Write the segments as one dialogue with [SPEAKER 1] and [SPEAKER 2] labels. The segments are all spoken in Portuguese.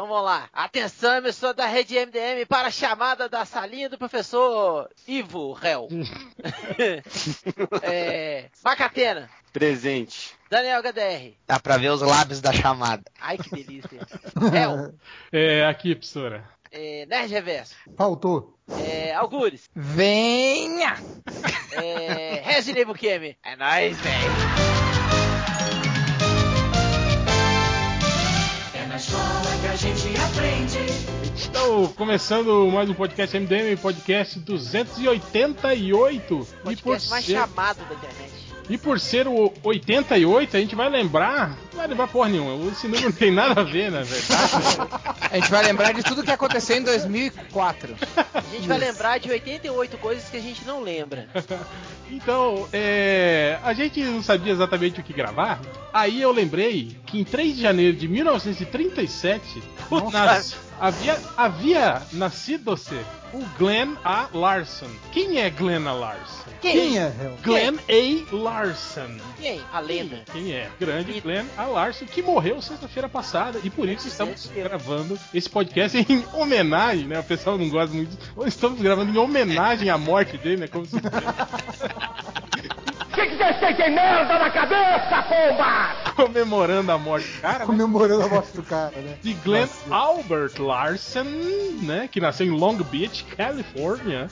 [SPEAKER 1] Então vamos lá. Atenção, emissora da rede MDM, para a chamada da salinha do professor Ivo Hell. é, Macatena,
[SPEAKER 2] Presente.
[SPEAKER 1] Daniel HDR.
[SPEAKER 3] Dá pra ver os lábios da chamada.
[SPEAKER 1] Ai que delícia. Hel,
[SPEAKER 4] É, aqui, professora.
[SPEAKER 1] é, Nerd Reverso.
[SPEAKER 5] Faltou.
[SPEAKER 1] É, Algures.
[SPEAKER 6] Venha!
[SPEAKER 1] É, Resident Evil Kemi. É nóis, velho.
[SPEAKER 4] Então, começando mais um podcast MDM, podcast 288. e por
[SPEAKER 1] Podcast mais
[SPEAKER 4] ser-
[SPEAKER 1] chamado da internet.
[SPEAKER 4] E por ser o 88, a gente vai lembrar. Não vai lembrar porra nenhuma. Esse número não tem nada a ver,
[SPEAKER 3] É
[SPEAKER 4] né? na verdade.
[SPEAKER 6] A gente vai lembrar de tudo que aconteceu em 2004.
[SPEAKER 1] A gente vai lembrar de 88 coisas que a gente não lembra.
[SPEAKER 4] Então, é, a gente não sabia exatamente o que gravar. Aí eu lembrei que em 3 de janeiro de 1937 nas- havia, havia nascido-se o Glenn A. Larson. Quem é Glenn A. Larson?
[SPEAKER 5] Quem é, Hel?
[SPEAKER 4] Glenn A. Larson.
[SPEAKER 1] E aí? A lenda.
[SPEAKER 4] Quem é? Grande Glenn A. Larson, que morreu sexta-feira passada, e por isso estamos gravando esse podcast em homenagem, né? O pessoal não gosta muito. Estamos gravando em homenagem à morte dele, né? Como se
[SPEAKER 7] Que que vocês têm merda na cabeça, pomba?
[SPEAKER 4] comemorando a morte do cara, né?
[SPEAKER 5] Comemorando a morte do cara, né?
[SPEAKER 4] De Glenn
[SPEAKER 5] Nossa.
[SPEAKER 4] Albert Larson, né? Que nasceu em Long Beach, Califórnia.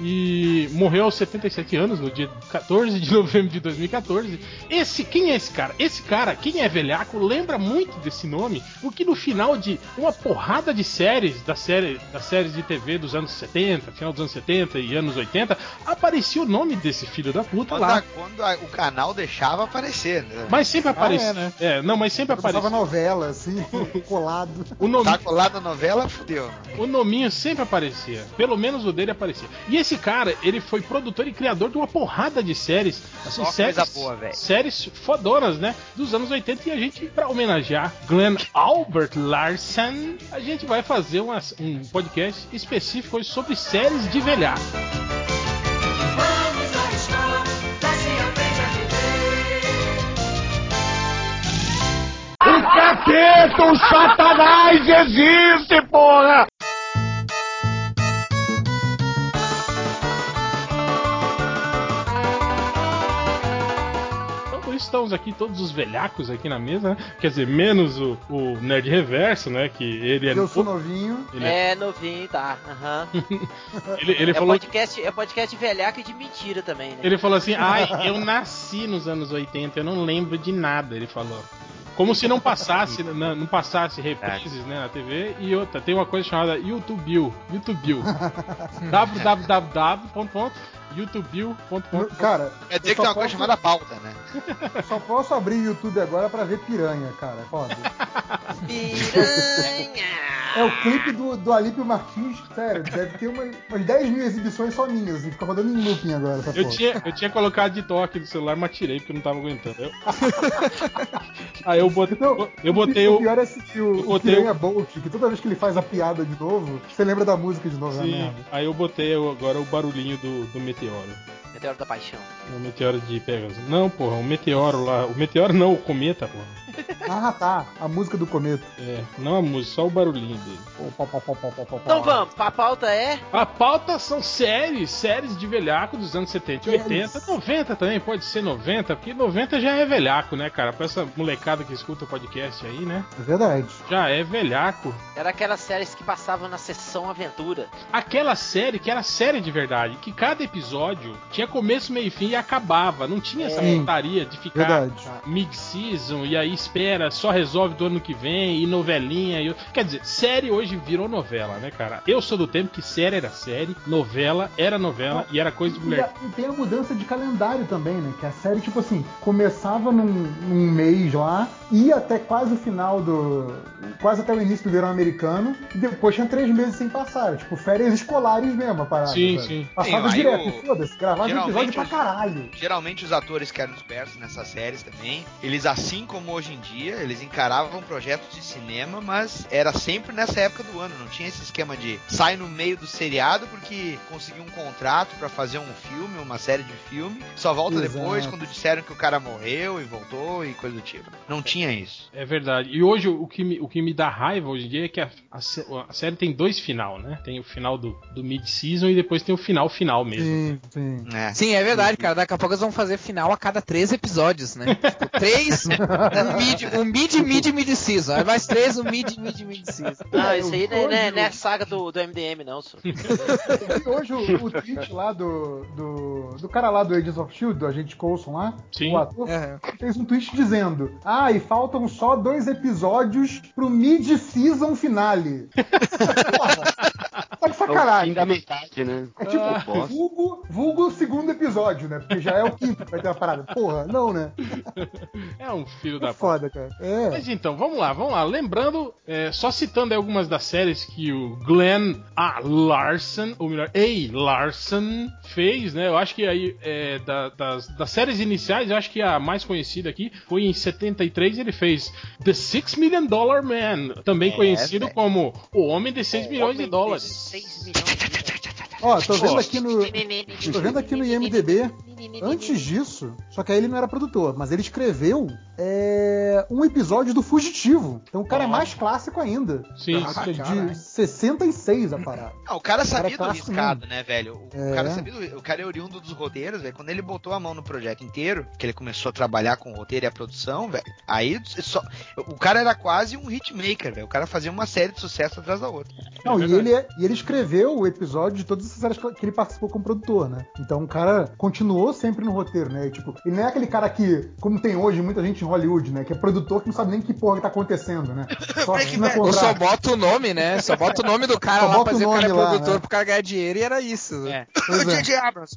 [SPEAKER 4] E morreu aos 77 anos, no dia 14 de novembro de 2014. Esse, quem é esse cara? Esse cara, quem é velhaco, lembra muito desse nome. O que no final de uma porrada de séries, da série, das séries de TV dos anos 70, final dos anos 70 e anos 80, aparecia o nome desse filho da puta
[SPEAKER 3] Quando,
[SPEAKER 4] lá.
[SPEAKER 5] tá-
[SPEAKER 3] a- quando a- o canal deixava aparecer, né?
[SPEAKER 4] Mas sempre aparecia.
[SPEAKER 5] é, né?
[SPEAKER 4] É, não, mas sempre
[SPEAKER 5] Passava
[SPEAKER 4] aparecia.
[SPEAKER 5] novela, assim, colado.
[SPEAKER 4] O nome
[SPEAKER 3] Tá colado na novela, fudeu. né? mano.
[SPEAKER 4] O nominho sempre aparecia. Pelo menos o dele aparecia. E esse cara, ele foi produtor e criador de uma porrada de séries. Assim,
[SPEAKER 3] Só
[SPEAKER 4] séries,
[SPEAKER 3] coisa boa, velho.
[SPEAKER 4] séries fodonas, né? Dos anos 80. E a gente, pra homenagear Glenn Albert Larson, a gente vai fazer uma- um podcast específico hoje sobre séries de velhar.
[SPEAKER 8] Vamos à escola, lá se aprende a viver.
[SPEAKER 7] O capeta, o satanás existe, porra!
[SPEAKER 4] Então, por isso estamos aqui, todos os velhacos aqui na mesa, né? Quer dizer, menos o, o Nerd Reverso, né? Que ele é.
[SPEAKER 5] Eu sou novinho.
[SPEAKER 4] Ele, é-
[SPEAKER 1] É novinho, tá. Aham.
[SPEAKER 4] ele, ele
[SPEAKER 1] É
[SPEAKER 4] falou que.
[SPEAKER 1] podcast, é podcast velhaco e de mentira também, né?
[SPEAKER 4] Ele falou assim: ai, eu nasci nos anos 80, eu não lembro de nada, ele falou. Como se não passasse, né, não, não passasse reprises né, na TV. E outra, tem uma coisa chamada YouTube. YouTube. www.youtube.com.
[SPEAKER 5] Cara,
[SPEAKER 3] Quer dizer que
[SPEAKER 5] eu só
[SPEAKER 3] tem uma coisa
[SPEAKER 5] posso-
[SPEAKER 3] chamada pauta, né?
[SPEAKER 5] Só posso abrir o YouTube agora pra ver piranha, cara. Foda.
[SPEAKER 1] Piranha!
[SPEAKER 5] É o clipe do, do Alípio Martins, sério, deve ter uma- umas 10 mil exibições só minhas, e fica rodando em looping agora tá? essa
[SPEAKER 4] Eu
[SPEAKER 5] porra.
[SPEAKER 4] tinha, eu tinha colocado de toque do celular, mas tirei porque eu não tava aguentando. Eu- Aí eu botei,
[SPEAKER 5] Não,
[SPEAKER 4] eu botei
[SPEAKER 5] Então, o.
[SPEAKER 4] o.
[SPEAKER 5] pior é assistir o,
[SPEAKER 4] eu
[SPEAKER 5] o
[SPEAKER 4] botei
[SPEAKER 5] Piranha Bolt, que toda vez que ele faz a piada de novo, você lembra da música de novo, né?
[SPEAKER 4] Sim,
[SPEAKER 5] merda?
[SPEAKER 4] aí eu botei o- agora o barulhinho do, do meteoro.
[SPEAKER 1] Meteoro da paixão.
[SPEAKER 4] O É um meteoro de Pegasus. Não, porra, o meteoro lá. O meteoro não, o cometa, porra.
[SPEAKER 5] Ah, tá, a música do cometa.
[SPEAKER 4] É, não a música, só o barulhinho dele.
[SPEAKER 5] Pô, pó, pó, pó, pó, pó, pó,
[SPEAKER 1] Então
[SPEAKER 5] pó.
[SPEAKER 1] vamos, a pauta é.
[SPEAKER 4] A pauta são séries, séries de velhaco dos anos 70 e 80, 90 também, pode ser 90, porque 90 já é velhaco, né, cara? Pra essa molecada que escuta o podcast aí, né?
[SPEAKER 5] É verdade.
[SPEAKER 4] Já é velhaco.
[SPEAKER 1] Era aquelas séries que passavam na sessão aventura.
[SPEAKER 4] Aquela série que era série de verdade, que cada episódio tinha começo, meio e fim e acabava. Não tinha essa
[SPEAKER 5] Sim.
[SPEAKER 4] putaria de ficar
[SPEAKER 5] Verdade.
[SPEAKER 4] mid-season e aí espera, só resolve do ano que vem e novelinha. E... Quer dizer, série hoje virou novela, né, cara? Eu sou do tempo que série era série, novela era novela e era coisa de
[SPEAKER 5] E,
[SPEAKER 4] mulher.
[SPEAKER 5] a- e tem a mudança de calendário também, né? Que a série, tipo assim, começava num, num mês lá, ia até quase o final do. quase até o início do verão americano, e depois tinha três meses sem passar. Tipo, férias escolares mesmo, a parada.
[SPEAKER 4] Sim,
[SPEAKER 5] sabe?
[SPEAKER 4] sim.
[SPEAKER 5] Passava
[SPEAKER 3] Sim, aí
[SPEAKER 5] direto,
[SPEAKER 3] o-
[SPEAKER 5] foda-se, gravava um episódio
[SPEAKER 3] Geralmente
[SPEAKER 5] pra
[SPEAKER 3] os-
[SPEAKER 5] caralho.
[SPEAKER 3] Geralmente os atores que eram dispersos nessas séries também, eles assim como hoje em dia, eles encaravam projetos de cinema, mas era sempre nessa época do ano, não tinha esse esquema de sai no meio do seriado porque conseguiu um contrato pra fazer um filme, uma série de filme, só volta
[SPEAKER 5] Exato.
[SPEAKER 3] depois quando disseram que o cara morreu e voltou e coisa do tipo. Não tinha isso.
[SPEAKER 4] É verdade. E hoje o que me, o que me dá raiva hoje em dia é que a, a sé- a série tem dois final, né? Tem o final do, do mid-season e depois tem o final final mesmo.
[SPEAKER 5] Sim, sim.
[SPEAKER 3] né?
[SPEAKER 6] Sim, é verdade, cara. Daqui a pouco eles vão fazer final a cada três episódios, né? Tipo, três, um mid, um mid, mid, mid season. Aí mais três, um mid, mid, mid season.
[SPEAKER 1] Não, isso aí
[SPEAKER 5] eu
[SPEAKER 1] não é,
[SPEAKER 5] gosto.
[SPEAKER 1] não é saga do, do MDM, não, senhor.
[SPEAKER 5] Eu vi hoje o, o tweet lá do, do, do cara lá do Agents of Shield, do agente Coulson lá,
[SPEAKER 4] Sim.
[SPEAKER 5] o ator,
[SPEAKER 6] É.
[SPEAKER 5] fez um tweet dizendo: Ah, e faltam só dois episódios pro mid-season finale.
[SPEAKER 2] É o
[SPEAKER 5] Porra, tá de
[SPEAKER 2] fim
[SPEAKER 5] sacanagem.
[SPEAKER 2] da metade, né?
[SPEAKER 5] É tipo,
[SPEAKER 2] Ah. Bosta.
[SPEAKER 5] vulgo, vulgo segundo episódio, né? Porque já é o quinto que vai ter uma parada. Porra, não, né?
[SPEAKER 4] É um filho
[SPEAKER 5] É
[SPEAKER 4] da
[SPEAKER 5] foda, cara. É.
[SPEAKER 4] Mas então, vamos lá, vamos lá. Lembrando, é, só citando aí algumas das séries que o Glenn A. Larson, ou melhor, A. Larson, fez, né? Eu acho que aí, é, da- das, das séries iniciais, eu acho que a mais conhecida aqui foi em 73, ele fez The Six Million Dollar Man, também
[SPEAKER 3] É,
[SPEAKER 4] conhecido
[SPEAKER 3] velho.
[SPEAKER 4] como O Homem de
[SPEAKER 1] É,
[SPEAKER 4] 6 milhões de dólares.
[SPEAKER 1] 6 milhões de
[SPEAKER 5] Ó, tô vendo
[SPEAKER 4] Ó.
[SPEAKER 5] aqui no. Tô vendo aqui no IMDB, antes disso, só que aí ele não era produtor, mas ele escreveu é, um episódio do Fugitivo. Então o cara é mais clássico ainda.
[SPEAKER 4] Sim,
[SPEAKER 5] Acho que é de
[SPEAKER 6] caralho.
[SPEAKER 5] 66 a parada.
[SPEAKER 3] Ah, o cara
[SPEAKER 5] é
[SPEAKER 3] sabia do
[SPEAKER 5] clássico
[SPEAKER 3] riscado, né, velho? O,
[SPEAKER 5] É.
[SPEAKER 3] cara sabia do, o cara é oriundo dos roteiros, velho. Quando ele botou a mão no projeto inteiro, que ele começou a trabalhar com o roteiro e a produção, velho. Aí só, o cara era quase um hitmaker, velho. O cara fazia uma série de sucesso atrás da outra.
[SPEAKER 5] Não, e,
[SPEAKER 4] verdade.
[SPEAKER 5] ele, é- e ele escreveu o episódio de todas essas séries que que ele participou como produtor, né? Então o cara continuou sempre no roteiro, né? E, tipo, ele não é aquele cara que, como tem hoje muita gente em Hollywood, né? Que é produtor que não sabe nem que porra que tá acontecendo, né? Só
[SPEAKER 3] Breaking
[SPEAKER 5] assina
[SPEAKER 3] Bad.
[SPEAKER 6] Ou só
[SPEAKER 5] contrato.
[SPEAKER 6] bota o nome, né? Só bota o nome do cara
[SPEAKER 5] Só
[SPEAKER 6] lá
[SPEAKER 5] bota
[SPEAKER 6] pra dizer
[SPEAKER 5] o
[SPEAKER 6] que o cara é
[SPEAKER 5] nome lá,
[SPEAKER 6] produtor
[SPEAKER 5] né?
[SPEAKER 6] pro cara ganhar dinheiro e era isso.
[SPEAKER 4] É.
[SPEAKER 5] Pois é.
[SPEAKER 3] J.J. Abrams.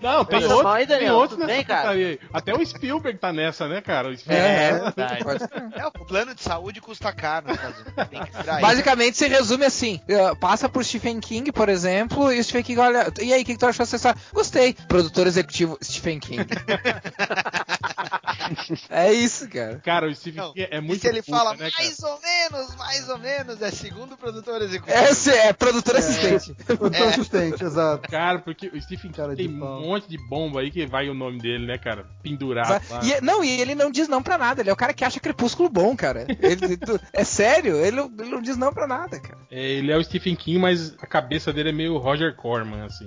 [SPEAKER 4] Não, tem
[SPEAKER 1] Nossa,
[SPEAKER 4] outro,
[SPEAKER 1] mas aí,
[SPEAKER 4] tem
[SPEAKER 1] Daniel,
[SPEAKER 4] outro
[SPEAKER 1] tudo
[SPEAKER 4] nessa
[SPEAKER 1] bem, cara?
[SPEAKER 4] putaria aí. Até o Spielberg tá nessa, né, cara? O
[SPEAKER 6] É,
[SPEAKER 4] Spielberg.
[SPEAKER 6] pode-
[SPEAKER 3] É, o plano de saúde custa caro, no caso. Tem que tirar isso.
[SPEAKER 6] Basicamente se resume assim: eh, passa por Stephen King, por exemplo, e o Stephen King olha. E aí, o que, que tu achou dessa história? Gostei. Produtor executivo Stephen King. é isso, cara.
[SPEAKER 4] Cara, o Steve
[SPEAKER 3] Não,
[SPEAKER 4] King é
[SPEAKER 3] E
[SPEAKER 4] muito
[SPEAKER 3] se ele
[SPEAKER 4] puta,
[SPEAKER 3] fala
[SPEAKER 4] né, cara?
[SPEAKER 3] mais ou menos, mais ou menos, é segundo produtor executivo.
[SPEAKER 6] Esse é produtor assistente.
[SPEAKER 5] Produtor assistente, exato.
[SPEAKER 4] Cara, porque o Stephen King
[SPEAKER 5] Cara de
[SPEAKER 4] tem
[SPEAKER 5] pau.
[SPEAKER 4] um monte de bomba aí que vai o nome dele, né, cara? Pendurado.
[SPEAKER 6] Sabe?
[SPEAKER 4] lá.
[SPEAKER 6] E, não, e ele não diz não pra nada. Ele é o cara que acha crepúsculo bom, cara. Ele- tu- é sério, ele, não- ele não diz não pra nada, cara.
[SPEAKER 4] É, ele é o Stephen King, mas a cabeça dele é meio Roger Corman, assim.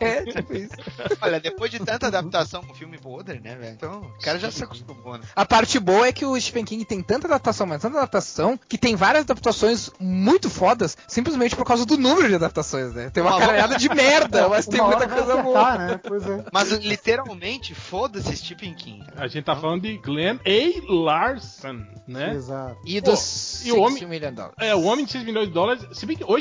[SPEAKER 6] É tipo isso.
[SPEAKER 3] Olha, depois de tanta adaptação com filme podre, né, velho? Então, o cara já se acostumou, né?
[SPEAKER 6] A parte boa é que o Stephen King tem tanta adaptação, mas tanta adaptação, que tem várias adaptações muito fodas, simplesmente por causa do número de adaptações, né? Tem uma
[SPEAKER 3] Uma
[SPEAKER 6] caralhada de merda, mas tem
[SPEAKER 5] Uma
[SPEAKER 6] muita
[SPEAKER 5] hora vai
[SPEAKER 6] coisa boa.
[SPEAKER 5] acertar, né? Pois é.
[SPEAKER 3] Mas literalmente, foda-se Stephen King.
[SPEAKER 4] A gente tá falando de Glenn A. Larson, né?
[SPEAKER 5] Exato.
[SPEAKER 6] E
[SPEAKER 4] Pô,
[SPEAKER 6] dos
[SPEAKER 4] e o homem-
[SPEAKER 6] Million Dollars.
[SPEAKER 4] É, o homem de 6 milhões de dólares. Se bem que hoje